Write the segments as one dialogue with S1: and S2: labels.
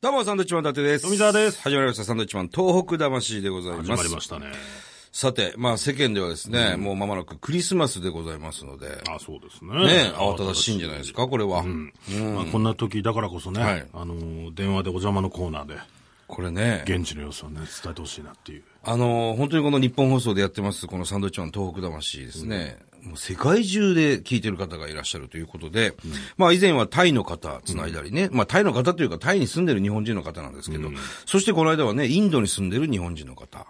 S1: どうも、サンドウィッチマン伊達です。
S2: 富澤です
S1: 始まりました、サンドウィッチマン東北魂でございます。
S2: 始まりましたね。
S1: さて、まあ世間ではですね、もう間もなくクリスマスでございますので、ね
S2: あ、そうですね。
S1: え、慌ただしいんじゃないですか、これは。
S2: うん。まあ、こんな時だからこそね、
S1: はい
S2: あのー電話でお邪魔のコーナーで、
S1: これね、
S2: 現地の様子をね、伝えてほしいなっていう。
S1: あのー、本当にこの日本放送でやってます、このサンドウィッチマン東北魂ですね、もう世界中で聞いてる方がいらっしゃるということで、まあ以前はタイの方繋いだりね、まあタイの方というかタイに住んでる日本人の方なんですけど、そしてこの間はね、インドに住んでる日本人の方、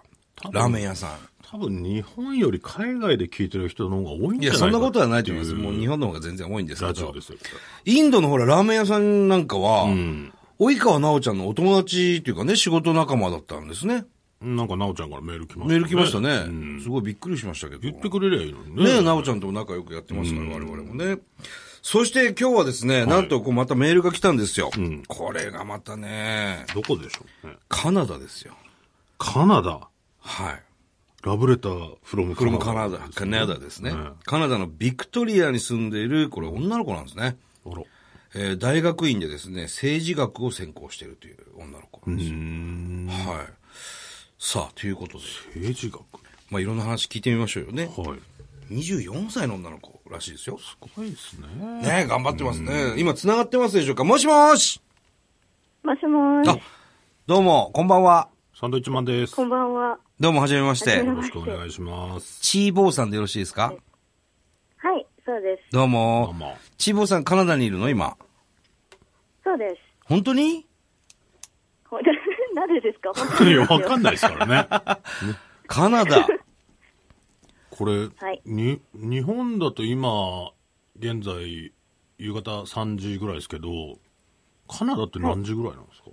S1: ラーメン屋さん。
S2: 多分、日本より海外で聞いてる人の方が多いん
S1: いや、
S2: じゃないか
S1: そんなことはないと思います。
S2: って
S1: もう日本の方が全然多いんですけど。
S2: ラジオですよ。こ
S1: インドのほら、ラーメン屋さんなんかは、及川奈緒ちゃんのお友達っていうかね、仕事仲間だったんですね。
S2: れなんか、なおちゃんからメール来ました、ね。
S1: メール来ましたね。
S2: うん
S1: すごいびっくりしましたけど。
S2: 言って
S1: ね
S2: くれりゃいいのにね。
S1: え、奈緒ちゃんとも仲良くやってますから、我々もね。そして今日はですね、なんとこうまたメールが来たんですよ。これがまたね、
S2: どこでしょうね。
S1: カナダですよ。
S2: カナダ。
S1: はい。
S2: ラブレター、フロム
S1: こ
S2: カ
S1: れも
S2: ナダ。
S1: カナダ、カナダですね
S2: ね。
S1: カナダのビクトリアに住んでいる、これ女の子なんですね。
S2: あら。
S1: えー大学院でですね、政治学を専攻しているという女の子なんですよ。はい。さあ、ということで、
S2: 政治学。
S1: まあ、いろんな話聞いてみましょうよね。
S2: はい。
S1: 24歳の女の子らしいですよ。
S2: すごいですね。
S1: ねえ頑張ってますね。今、繋がってますでしょうかもしもーし
S3: もしもー
S1: あ
S3: し。、
S1: どうも、こんばんは。
S2: サンドイッチマンです。
S3: こん
S2: よ
S3: ばんは。
S1: どうも、はじめまし
S3: は
S1: て
S3: じめ。ま
S2: ろしくお願いします。
S1: チーボーさんでよろしいですか
S3: はい、そうです。
S1: どう
S2: どう
S1: も。
S2: も。
S1: チーボーさん、カナダにいるの今。
S3: そうです。
S1: 本当に
S3: ほなぜですか本 当
S2: い
S3: に
S2: や、わかんないですからね。
S1: カナ ダ。
S2: これ、
S3: はい
S2: に日本だと今現在夕方3時ぐらいですけどカナダって何時ぐらいなんですか、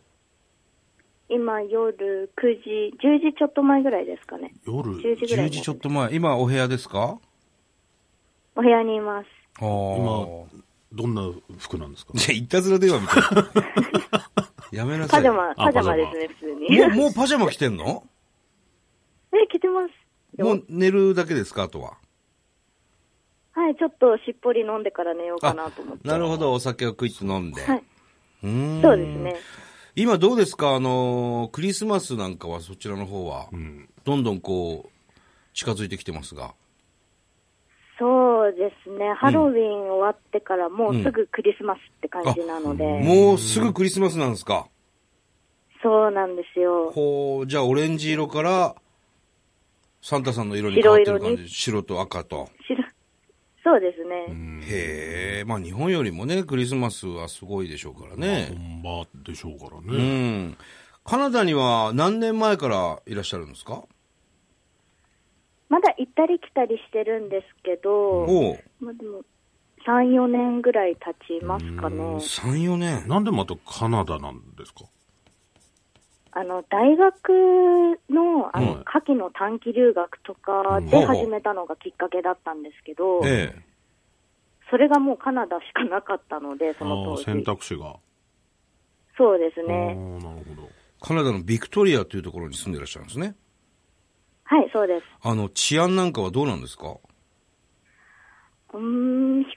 S3: 今、夜9時、10時ちょっと前ぐらいですかね。
S2: 夜
S3: 10時ぐら
S1: 10
S3: い
S1: 時
S3: に
S1: ちょっと前。今、お部屋ですか
S3: お部屋にいます。
S1: あー
S2: 今どんな服なん ですか
S1: いや、いたずら電話みたいな。やめなさ
S3: パ
S1: い。
S3: ジャマ、
S2: あ
S3: パジャマ
S2: パジャマ
S3: ですね、普通に。
S1: もう、もうパジャマ着てんの
S3: え、着てます。
S1: もう寝るだけですか、あとは。
S3: はい、ちょっとしっぽり飲んでから寝ようかなと思って。
S1: なるほど、お酒を食いって飲んで。
S3: はい。
S1: うーん
S3: そうですね。
S1: 今どうですか、あのークリスマスなんかはそちらの方は、
S2: ん
S1: どんどんこう、近づいてきてますが。
S3: そうですね。ハロウィン終わってからもうすぐクリスマスって感じなので。
S1: もうすぐクリスマスなんですか。
S3: そうなんですよ。
S1: こう、じゃあオレンジ色から、サンタさんの色に変わってる感じ。白と赤と。
S3: 白そうですね。
S1: へえ、まあ日本よりもね、クリスマスはすごいでしょうからね。
S2: 本場でしょうから
S1: う
S2: ね、
S1: ん。カナダには何年前からいらっしゃるんですか
S3: まだ行ったり来たりしてるんですけど、
S1: おう
S3: まあでも、3、4年ぐらい経ちますかね。
S1: 3、4年。
S2: なんでまたカナダなんですか
S3: あの、大学の、あ
S2: うん
S3: の、夏季の短期留学とか
S1: う
S3: で
S1: ん
S3: 始めたのがきっかけだったんですけど、
S1: ええ。
S3: それがもうカナダしかなかったので、そ
S2: あ
S3: の
S2: あ
S3: 当
S2: 選
S3: 時。
S2: 択肢が、
S3: そうです
S2: ああなる
S3: ね。
S2: ほ
S1: カナダのビクトリアというところに住んでいらっしゃるんですね。
S3: はい、そうです。
S1: あの、治安なんかはどうなんですか
S3: うーん、比較的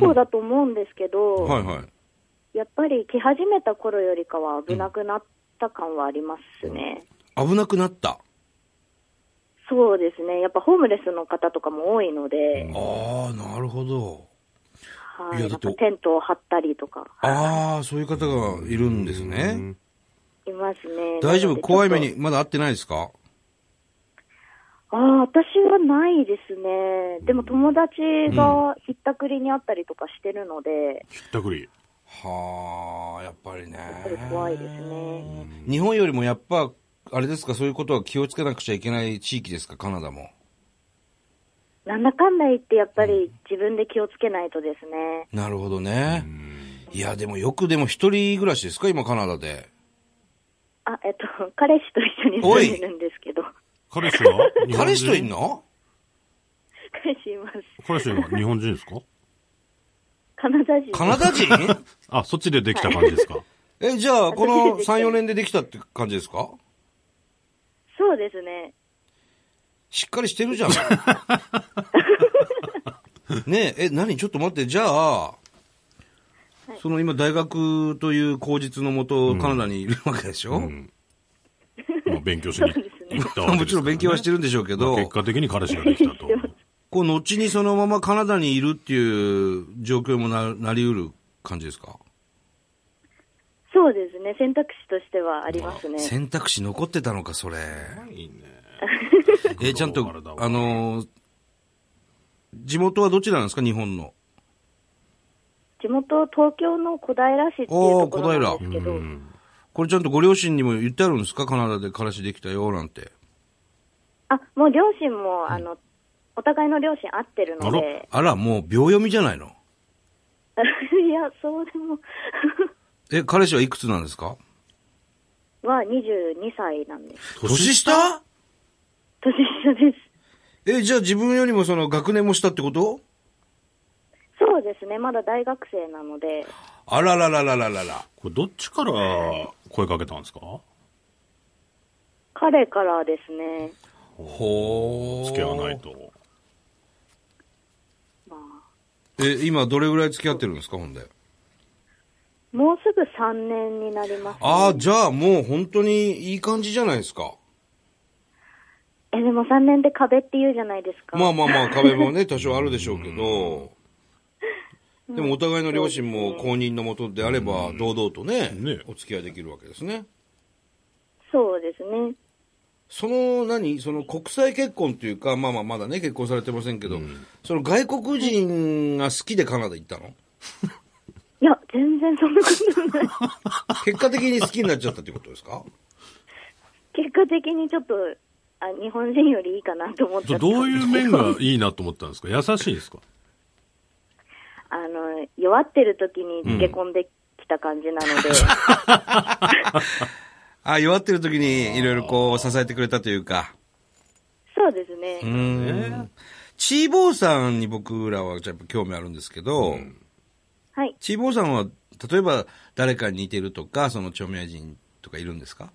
S3: いい方だと思うんですけど、
S1: はいはい。
S3: やっぱり来始めた頃よりかは危なくなった感はありますね。
S1: 危なくなった。
S3: そうですね。やっぱホームレスの方とかも多いので、
S1: ああ、なるほど。
S3: はいい。
S1: やだ
S3: な
S1: っ
S3: ん
S1: て
S3: かテントを張ったりとか、
S1: ああ、そういう方がいるんです
S2: ど、う
S1: ね。
S2: ん
S3: いますね。
S1: 大丈夫
S3: なので
S1: 怖い目。
S3: ち
S1: にまだ会ってないですか
S3: ょっとああ、私はないですね。でも友達がひったくりにあったりとかしてるので、
S2: ひったくり
S1: はあ、やっぱりね。やっ
S3: ぱり怖いですね。
S1: 日本よりもやっぱ、あれですか、そういうことは気をつけなくちゃいけない地域ですか、カナダも。
S3: なんだかんだ言ってやっぱり自分で気をつけないとですね。
S1: なるほどね。いや、でもよくでも一人暮らしですか、今カナダで。
S3: あ、えっと、 彼氏と一緒に住んでるんですけど、
S2: 彼氏は日本人
S1: 彼氏といんの
S3: 彼氏います。
S2: 彼氏は日本人ですか
S3: カナダ人。
S1: カナダ人
S2: あそっちでできた感じですか、
S1: え、じゃあ、この3、4年でできたって感じですか
S3: そうですね。
S1: しっかりしてるじゃん。ねえ、え、何ちょっと待って、じゃあ、その今、大学という口実のもと、カナダにいるわけでしょ、
S2: うんまあ、勉強しに行ったわけですからね
S1: もちろん勉強はしてるんでしょうけど、
S2: まあ結果的に彼氏ができ たと。
S1: こう、後にそのままカナダにいるっていう状況もななりうる感じですか
S3: そうですね。選択肢としてはありますね。
S1: 選択肢残ってたのか、それ。
S2: いいね。
S1: えーちゃんと、あのー地元はどちらなんですか、日本の。
S3: 地元、東京の小平市っていうところなんですけど、
S1: これちゃんとご両親にも言ってあるんですかカナダで彼氏できたよ、なんて。
S3: あ、もう両親も、あの、お互いの両親会ってるので、
S1: あら、もう秒読みじゃないの。
S3: いや、そうでも、
S1: え、彼氏はいくつなんですか
S3: は22歳なんです。
S1: 年下
S3: 年下です。
S1: え、じゃあ自分よりもその学年も下ってこと
S3: そうですね。まだ大学生なので、
S1: あららららららら。
S2: これどっちから声かけたんですか
S3: 彼からですね、
S1: ほー。
S2: 付き合わない。と。
S3: ま
S1: え、今どれぐらい付き合ってるんですかほんで。
S3: あ、もうすぐ3年になります、ね。
S1: ああ、じゃあもう本当にいい感じじゃないですか。
S3: え、でも3年で壁って言うじゃないですか。
S1: まあまあまあ壁も ね、多少あるでしょうけど、でもお互いの両親も公認のもとであれば、堂々とね
S2: ね、
S1: お付き合いできるわけですね。
S3: そうですね。
S1: その、何その国際結婚っていうか、まあまあまだね、結婚されてませんけど、その外国人が好きでカナダ行ったの
S3: いや、全然そんなことない。
S1: 結果的に好きになっちゃったってことですか
S3: 結果的にちょっと、あ日本人よりいいかなと思っちゃった。
S2: どういう面がいいなと思ったんですか優しいんですか
S3: あの、弱ってる時に漬け込んできた感じなので、
S1: あ、弱ってる時にいろいろこう支えてくれたというか。
S3: そうですね。
S1: うーん。チーボーさんに僕らはやっぱ興味あるんですけど、
S3: はい。
S1: チーボーさんは、例えば誰かに似てるとか、その著名人とかいるんですか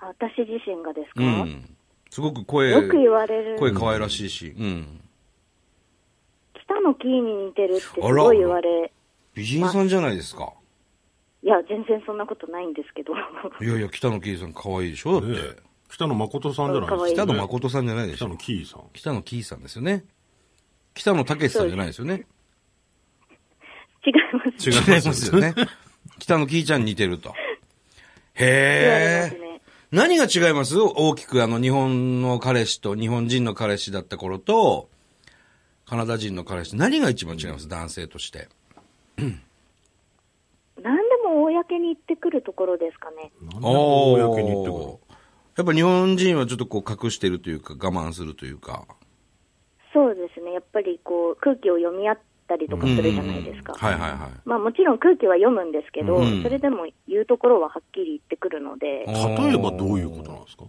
S3: あ私自身がですか、
S1: うん。すごく声、
S3: よく言われる。
S1: 声可愛らしいし、うん。
S3: 北のキーに似てるってす
S1: あら
S3: ごい言われ、
S1: 美人さんじゃないですか。
S3: いや、全然そんなことないんです けど。
S1: いやいや、北野圭さん可愛いでしょだって。
S2: ね北野誠さんじゃないですか。
S1: 北野誠さんじゃないでし
S2: 北
S1: ょ
S2: 野キーさん。
S1: 北野圭さんですよね。北野武さんじゃないですよね。
S3: 違います。
S1: 違いますよね。北野圭ちゃんに似てると。
S3: 言われま
S1: へ
S3: す
S1: え。
S3: ね。
S1: 何が違います大きくあの日本の彼氏と日本人の彼氏だった頃と、カナダ人の彼氏、何が一番違います、男性として。
S3: 何でも公に言ってくるところですかね。
S2: なんで公に言ってくる
S1: おーやっぱ日本人はちょっとこう隠してるというか我慢するというか。
S3: そうですね。やっぱりこう、空気を読み合ったりとかするじゃないですか。
S1: はいはいはい。
S3: まあもちろん空気は読むんですけど、
S1: うん
S3: それでも言うところははっきり言ってくるので、
S2: 例えばどういうことなんですか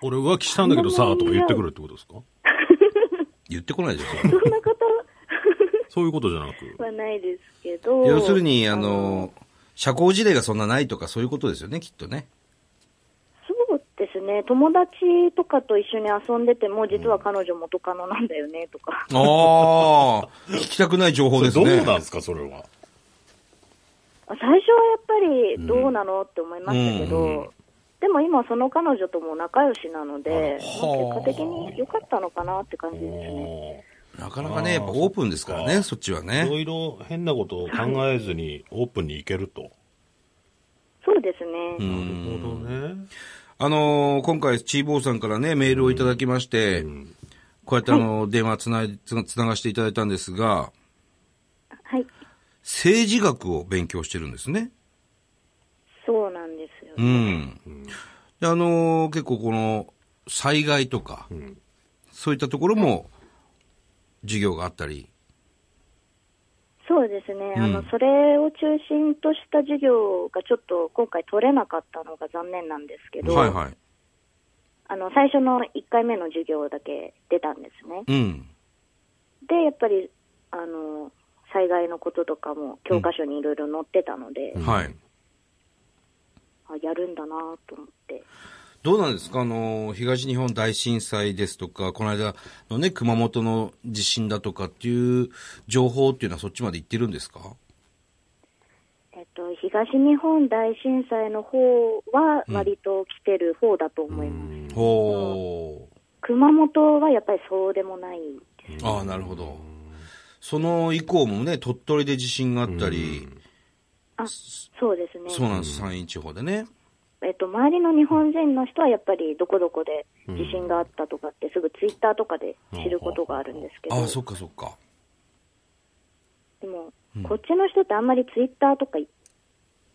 S2: 俺浮気したんだけどさ、とか言ってくるってことですか
S1: 言ってこないでしょ。
S3: そんなこと
S2: そういうことじゃなく。
S3: はないですけど。
S1: 要するに、あの、社交辞令がそんなないとかそういうことですよね、きっとね。
S3: そうですね、友達とかと一緒に遊んでても、実は彼女元カノなんだよねと
S1: あ
S3: か、
S1: あ、聞きたくない情報です
S2: どう
S1: ね。
S2: なんですか、それは。
S3: 最初はやっぱりどうなのって思いましたけど、でも今、その彼女とも仲良しなので、まあ
S1: はあ
S3: 結果的に良かったのかなって感じですね。
S2: おー
S1: なかなかね、やっぱオープンですからね、そっちはい
S2: ろ
S1: ね。
S2: いろ変なことを考えずにオープンに行けると。
S3: そうですね、
S1: う
S2: なんるほどね。
S1: あのー今回、チーボーさんからね、メールをいただきまして、こうやってあのー、電話つない、つなつながしていただいたんですが、
S3: はい、
S1: 政治学を勉強してるんですね。
S3: そうなんですよ、
S1: うん。で、あのー結構この、災害とか、そういったところも、授業があったり、
S3: そうですね、あ
S1: う
S3: の
S1: ん
S3: それを中心とした授業がちょっと今回取れなかったのが残念なんですけど、
S1: はいはい。
S3: あの最初の1回目の授業だけ出たんですね。
S1: うん。
S3: でやっぱりあの災害のこととかも教科書にいろいろ載ってたので、
S1: はい。
S3: あやるんだなと思って
S1: どうなんですかあの、東日本大震災ですとか、この間のね、熊本の地震だとかっていう情報っていうのはそっちまで行ってるんですか
S3: えっと、東日本大震災の方は割と来てる方だと思います。
S1: ほう。
S3: 熊本はやっぱりそうでもないです。
S1: ああ、なるほど。その以降もね、鳥取で地震があったり、
S3: あ、そうですね。
S1: そうなんです、山陰地方でね。
S3: えっと、周りの日本人の人はやっぱりどこどこで地震があったとかってすぐツイッターとかで知ることがあるんですけど、
S1: ああ、そっかそっか。
S3: でも、こっちの人ってあんまりツイッターとかい、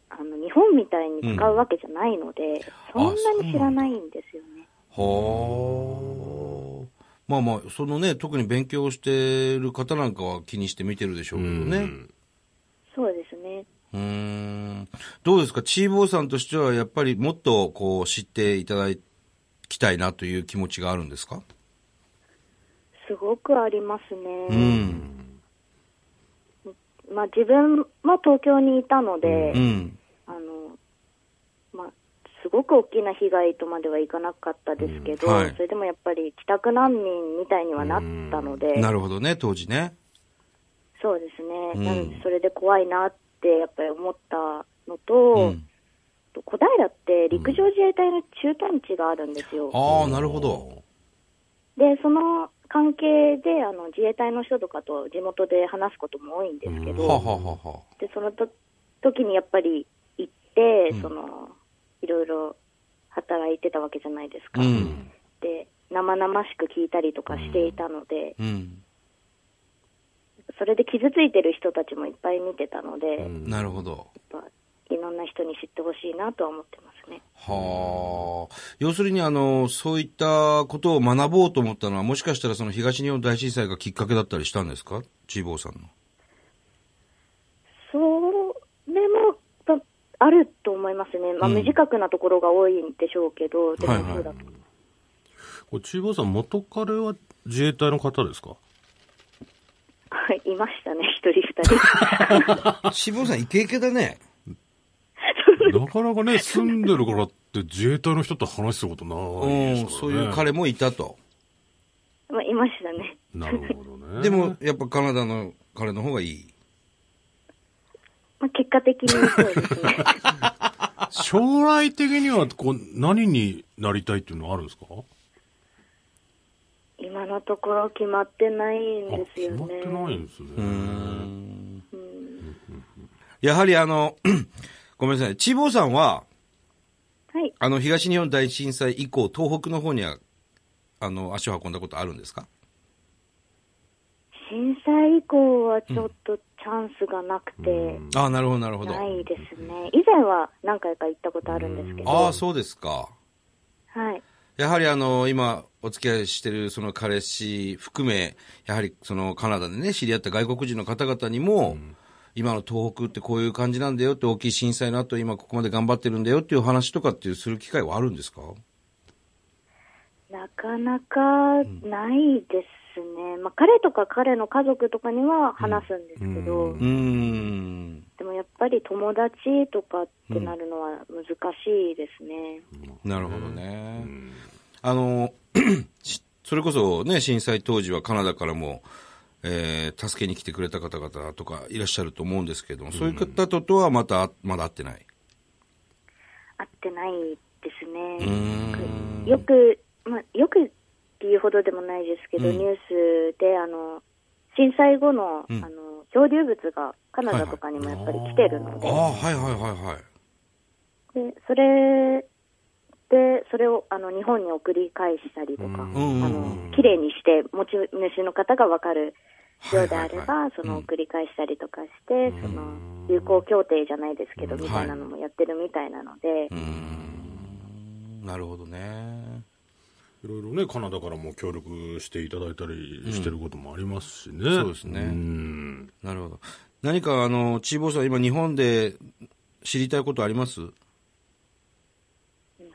S3: あの、日本みたいに使うわけじゃないので、
S1: あ
S3: そんなに知らないんですよね。
S1: はあ。まあまあ、そのね、特に勉強してる方なんかは気にして見てるでしょうけどね。
S3: そうですね。
S1: うーんどうですか、チーボーさんとしては、やっぱりもっとこう知っていただきたいなという気持ちがあるんですか、
S3: すごくあります
S1: う
S3: ね。
S1: ん、
S3: まあ自分も東京にいたので、
S1: うん、
S3: あの、まあ、すごく大きな被害とまではいかなかったですけど、
S1: うんはい
S3: それでもやっぱり帰宅難民みたいにはなったので、
S1: なるほどね、当時ね。
S3: そうですね、
S1: うん
S3: なのでそれで怖いなってやっぱり思ったの
S1: う
S3: と、
S1: ん、
S3: 小平って陸上自衛隊の駐屯地があるんですよ。
S1: ああ、なるほど。
S3: で、その関係であの自衛隊の人とかと地元で話すことも多いんですけ
S1: は
S3: ど、
S1: あ、はあはあは
S3: でそのと時にやっぱり行って、
S1: うん
S3: そのいろいろ働いてたわけじゃないです
S1: あ、
S3: か、
S1: うん、
S3: で生々しく聞いたりとかしていたので、
S1: うん、
S3: それで傷ついてる人たちもいっぱい見てたので、やっ
S1: なるほど。
S3: ぱいろんな人に知ってほしいなとは思ってますね。
S1: はあ。要するに、あの、そういったことを学ぼうと思ったのは、もしかしたらその東日本大震災がきっかけだったりしたんですかチーボーさんの。
S3: それもとあると思いますね、まあ、
S1: うん
S3: 無自覚なところが多いんでしょうけど、でも
S1: はいはい
S3: そうだと
S2: これ、チーボーさん、元彼は自衛隊の方で すか
S3: はい、いましたね、一人二人。
S1: チーボーさん、イケイケだね。
S2: なかなかね、住んでるからって自衛隊の人と話すことないです
S1: うん、そ
S2: から、ね
S1: ういう彼もいたと。
S3: まあ、いましたね。
S2: なるほどね。
S1: でも、やっぱカナダの彼の方がいい。
S3: まあ、結果的にそうで すね。
S2: 将来的には、こう、何になりたいっていうのはあるんですか
S3: 今のところ決まってないん
S2: あ
S3: で、す
S2: 決
S3: よ
S2: まっ
S3: ね。
S2: てないんですね。
S1: やはりあの、 ごめんなさい。チーボーさんは、
S3: はい。
S1: あの、東日本大震災以降、東北の方には、あの、足を運んだことあるんですか
S3: 震災以降はちょっとチャンスがなくて、
S1: ああ、なるほど、なるほど。
S3: ないですね。以前は何回か行ったことあるんですけど、
S1: ああ、そうですか。
S3: はい。
S1: やはりあの、今、お付き合いしてるその彼氏含め、やはりそのカナダでね、知り合った外国人の方々にも、今の東北ってこういう感じなんだよって、大きい震災の後、今ここまで頑張ってるんだよっていう話とかっていうする機会はあるんですか
S3: なかなかないですね。まあ、彼とか彼の家族とかには話すんですけど、
S1: うーん。
S3: でもやっぱり友達とかってなるのは難しいですね。
S1: なるほどね。あの、 しそれこそね、震災当時はカナダからも、えー助けに来てくれた方々とかいらっしゃると思うんですけども、そういう方とはまた、まだ会ってない。
S3: 合ってないです
S1: う
S3: ね。
S1: ーん。
S3: よく、まあ、よくっていうほどでもないですけど、
S1: うん
S3: ニュースで、あの、震災後の、
S1: うん
S3: あの、漂流物がカナダとかにもやっぱり来てるの
S1: あ
S3: で、
S1: あ、はいはいはいはい。
S3: でそれで、それを、あの、日本に送り返したりとか、
S2: うん
S1: うん
S3: あ
S1: うん
S3: の、綺麗にして、持ち主の方がわかるようであれ
S1: は
S3: ば、
S1: いはいはい
S3: そうの、
S1: ん
S3: 繰り返したりとかして、その、友好協定じゃないですけど、みたいなのもやってるみたいなので、
S1: うん。なるほどね。
S2: いろいろね、カナダからも協力していただいたりしてることもありますしね。
S1: そうですね
S2: うん
S1: なるほど。何かあの、チーボーさん、今日本で知りたいことあります
S3: 日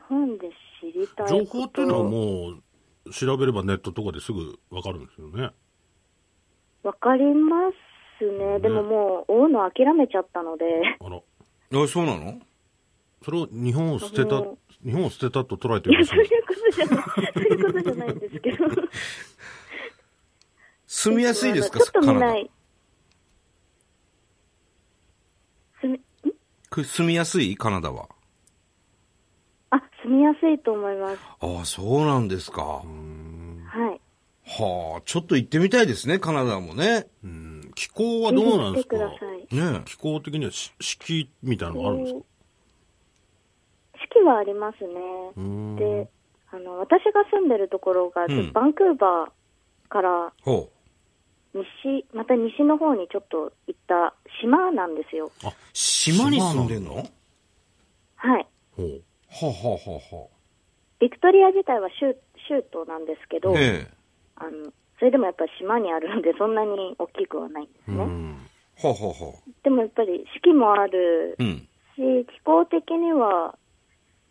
S3: 本で知りたいこと
S2: 情報っていうのはもう、調べればネットとかですぐわかるんですよね。
S3: わかりますね。でももう、追うの諦めちゃったので、
S2: あら、
S1: あ、そうなの
S2: それを日本を捨てた、日本を捨てたと捉えて
S3: い
S2: るんで
S3: や、
S2: す
S3: そういう ことじゃない、そういうことじゃないんですけど。
S1: 住みやすいですか、
S3: ち
S1: カ
S3: ょっと見
S1: ナダ
S3: な。い。すみ、ん
S1: く住みやすいカナダは。
S3: あ、住みやすいと思います。
S1: ああ、そうなんですか。
S3: はい。
S1: はあ、ちょっと行ってみたいですね、カナダもね。
S2: うん気候はどうなんですか
S3: ぜひ来てください
S1: ね
S2: 気候的にはし四季みたいなのがあるんですか
S3: 四季はありますね。
S2: うーん
S3: で、あの、私が住んでるところが、
S1: うん
S3: バンクーバーから
S1: ほう。
S3: 西、また西の方にちょっと行った島なんですよ。
S2: あ
S1: 島に住んでんのは
S3: はい。
S2: ほう
S1: あ、はあはあは
S3: ビクトリア自体は州、州都なんですけど、
S1: あ、え
S3: あの、それでもやっぱり島にあるので、 そんなに大きくはないんです
S2: う
S3: ね。
S2: ん
S1: え。はあはあはあ。
S3: でもやっぱり四季もある
S1: うん。
S3: し、気候的には、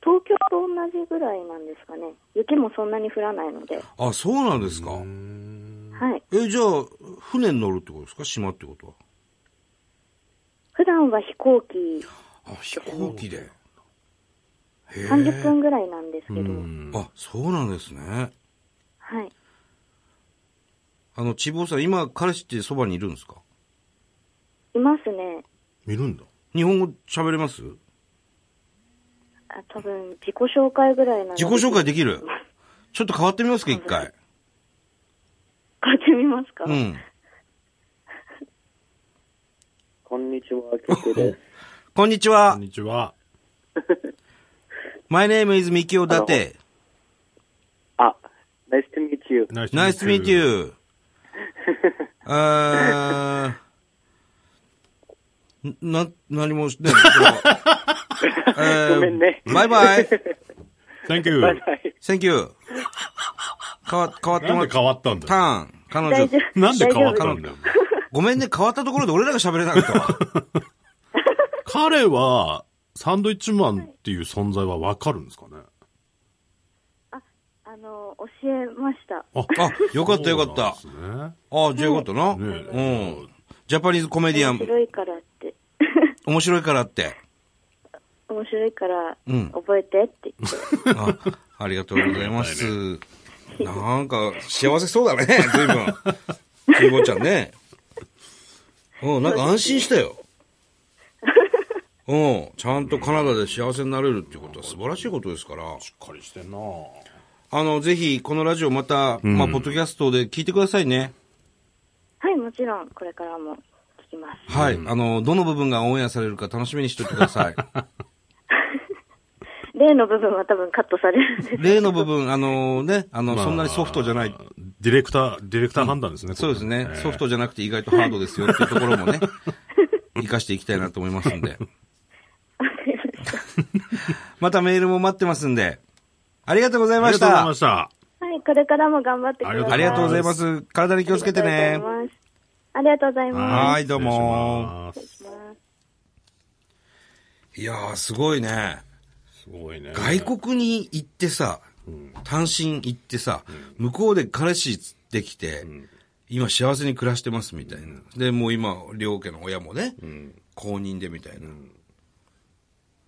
S3: 東京と同じぐらいなんですかね。雪もそんなに降らないので。
S1: あ、そうなんですか。
S3: はい。
S1: え、じゃあ、船に乗るってことですか島ってことは。
S3: 普段は飛行機
S1: あ、飛行機で。へ
S3: 30分ぐらいなんですけど、
S1: あ、そうなんですね。
S3: はい。
S1: あの、千坊さん、今、彼氏ってそばにいるんですか
S3: いますね。
S2: 見るんだ
S1: 日本語喋れます
S3: あ多分、自己紹介ぐらいなの
S1: 自
S3: で。
S1: 己紹介できるちょっと変わってみますか、一回。
S3: 買ってみますか、
S1: うん。
S4: こんにちは、曲です。
S1: こんにち
S2: こ
S1: は
S2: ん。にちは
S1: My name is Mikio Date.
S4: あ、nice to meet you.
S2: ナイ
S1: Nice to meet you. あーな、何もしてない。
S4: ごめんね
S1: バイバ イ。
S2: Thank you
S4: バイバイ。
S1: Thank you. 変わ、変わって
S2: なん
S1: もらっ
S2: で変わったん
S1: タ
S2: だよ
S1: ーン。彼
S3: 大
S1: 女
S3: 丈。 夫。
S2: なんで変わっ
S3: 大丈
S2: た
S3: 夫で
S2: んだよ
S1: ごめんね、変わったところで俺らが喋れなかったわ。
S2: 彼はサンドイッチマンっていう存在はわかるんですかね
S3: すあの、教えました。
S2: あ
S1: あ、よかったよかった。
S2: そうなんです
S1: ああ、じゃあよかったな。
S2: ね
S1: うん。ジャパニーズコメディア
S3: 面
S1: ン、
S3: 白いからって。
S1: 面白いからって。
S3: 面白いから
S1: うん、
S3: 覚えて って言って。
S1: あありがとうございます。なんか、幸せそうだね、随分。ひいぼちゃんね。うん、なんか安心したよ。うん、ちゃんとカナダで幸せになれるっていうことは素晴らしいことですから。
S2: しっかりしてんな
S1: あの、ぜひ、このラジオまた、まあ、ポッドキャストで聞いてくださいね。
S3: はい、もちろん、これからも聞きます。
S1: はい。あの、どの部分がオンエアされるか楽しみにしておいてください。
S3: 例の部分は多分カットされるんですけど。
S1: 例の部分、あのね、あの、
S2: まあ
S1: そんなにソフトじゃない。
S2: ディレクターディレクター判断ですね、
S1: そうですね
S2: これ。
S1: ソフトじゃなくて意外とハードですよっていうところ もね、活かしていきたいなと思いますんで。またメールも待ってますんで。ありがとうござい
S2: あ
S1: ま
S2: りが
S1: し
S2: とうござい
S1: た
S2: ま。した
S3: はい、これからも頑張ってください。
S1: ありがとうござい
S2: す
S1: ます。体に気をつけてね。
S3: ありがとうございます。
S1: は
S3: あ
S1: い、どうも。
S2: 失礼します
S1: いやー、すごいね。
S2: すごいね
S1: 外国に行ってさ、単身行ってさ、向こうで彼氏できて、今幸せに暮らしてますみたいな。で、もう今、両家の親もね、公認でみたいな。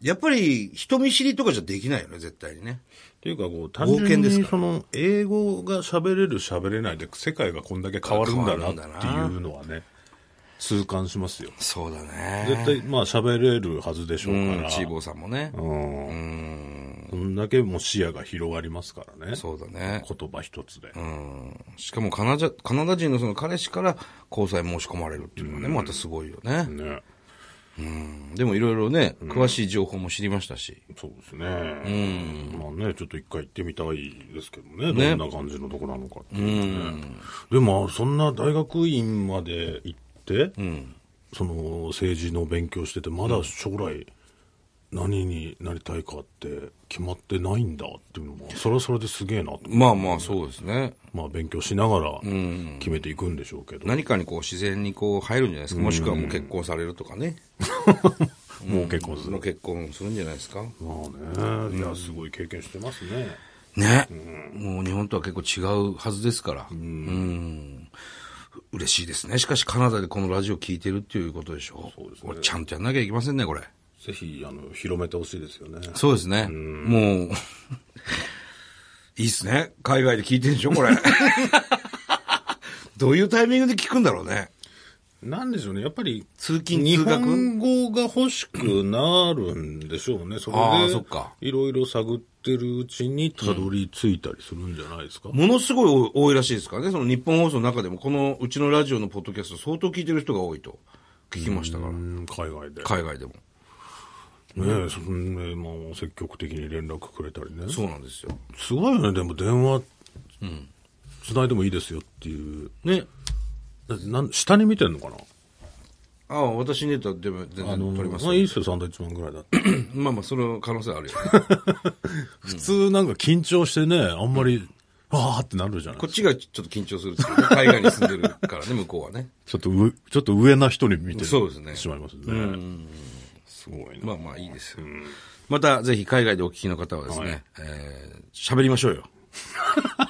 S1: やっぱり、人見知りとかじゃできないよね、絶対にね。
S2: っていうかこう単
S1: 冒険
S2: 純
S1: です
S2: に
S1: から
S2: その英語が喋れる喋れないで世界がこんだけ変わるんだなっていうのはね痛感しますよ
S1: そうだね。
S2: 絶対まあ喋れるはずでしょう
S1: う
S2: か
S1: ん、
S2: ら
S1: チーボーさんもね。
S2: うん
S1: うん、
S2: こんだけもう視野が広がりますからね
S1: そうだね。
S2: 言葉一つで
S1: うん、しかもカナジャカナダ人のその彼氏から交際申し込まれるっていうのはね、またすごいよね。
S2: ね
S1: でもいろいろね、詳しい情報も知りましたし。
S2: そうですねまあねちょっと一回行ってみたいですけどねどんな感じのとこなのかっていうねでもそんな大学院まで行って
S1: うん。
S2: その政治の勉強しててまだ将来何になりたいかって決まってないんだっていうのもそれはそれですげえなと、
S1: まあまあ、そうですね。
S2: まあ、勉強しながら決めていくんでしょうけど、
S1: 何かにこう、自然にこう、入るんじゃないですか。もしくはもう結婚されるとかね。
S2: もう結婚す
S1: そ
S2: る
S1: の結婚するんじゃないですか。
S2: まあねいやすごい経験してますね
S1: ね。もう日本とは結構違うはずですから。うん。嬉しいですね。しかしカナダでこのラジオ聞いてるっていうことでしょ。
S2: そうですね
S1: これちゃんとやんなきゃいけませんね、これ。
S2: ぜひ、あの、広めてほしいですよね。
S1: そうですね。もう、 いいっすね。海外で聞いてるでしょ、こ れ。どういうタイミングで聞くんだろうね。
S2: なんでしょうね。やっぱり、
S1: 通勤、
S2: 日
S1: 通学
S2: 本語が欲しくなるんでしょうね。そ
S1: あ
S2: れ
S1: ーそ
S2: で
S1: っか、
S2: いろいろ探ってるうちにたどり着いたりするんじゃないですか。
S1: ものすごい多いらしいですからね。その日本放送の中でも、このうちのラジオのポッドキャスト相当聞いてる人が多いと聞きましたから。
S2: うん海外で。
S1: 海外でも。
S2: ねえ、そんでまあ、積極的に連絡くれたりね。
S1: そうなんですよ。
S2: すごいよね、でも電話、つないでもいいですよっていう。
S1: ね。
S2: だってなん下に見てんのかな
S1: ああ、私ネタでも全
S2: あ
S1: 然
S2: の、
S1: 取ります
S2: ま
S1: よ
S2: あいいっすよ、サンドイッチマンぐらいだって。
S1: まあまあ、その可能性あるよ、ね。
S2: 普通なんか緊張してね、あんまり、わーってなるじゃない
S1: こっちがちょっと緊張するんですけどね、海外に住んでるからね、向こうはね。
S2: ちょっと上、ちょっと上な人に見て
S1: そうですね
S2: しまいますね。すごいね。
S1: まあまあいいですよ。またぜひ海外でお聞きの方はですね、えー喋りましょう よ。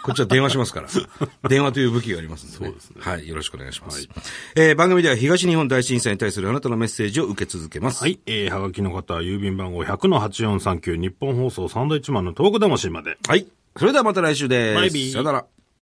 S1: こっちは電話しますから。電話という武器がありますので、そうですね。はい、よろしくお願いします。えー番組では東日本大震災に対するあなたのメッセージを受け続けます。
S2: はい、えー、はがきの方は郵便番号100-8439日本放送サンドイッチマンのトーク魂まで。
S1: はい。それではまた来週です。
S2: バイビー
S1: さよなら。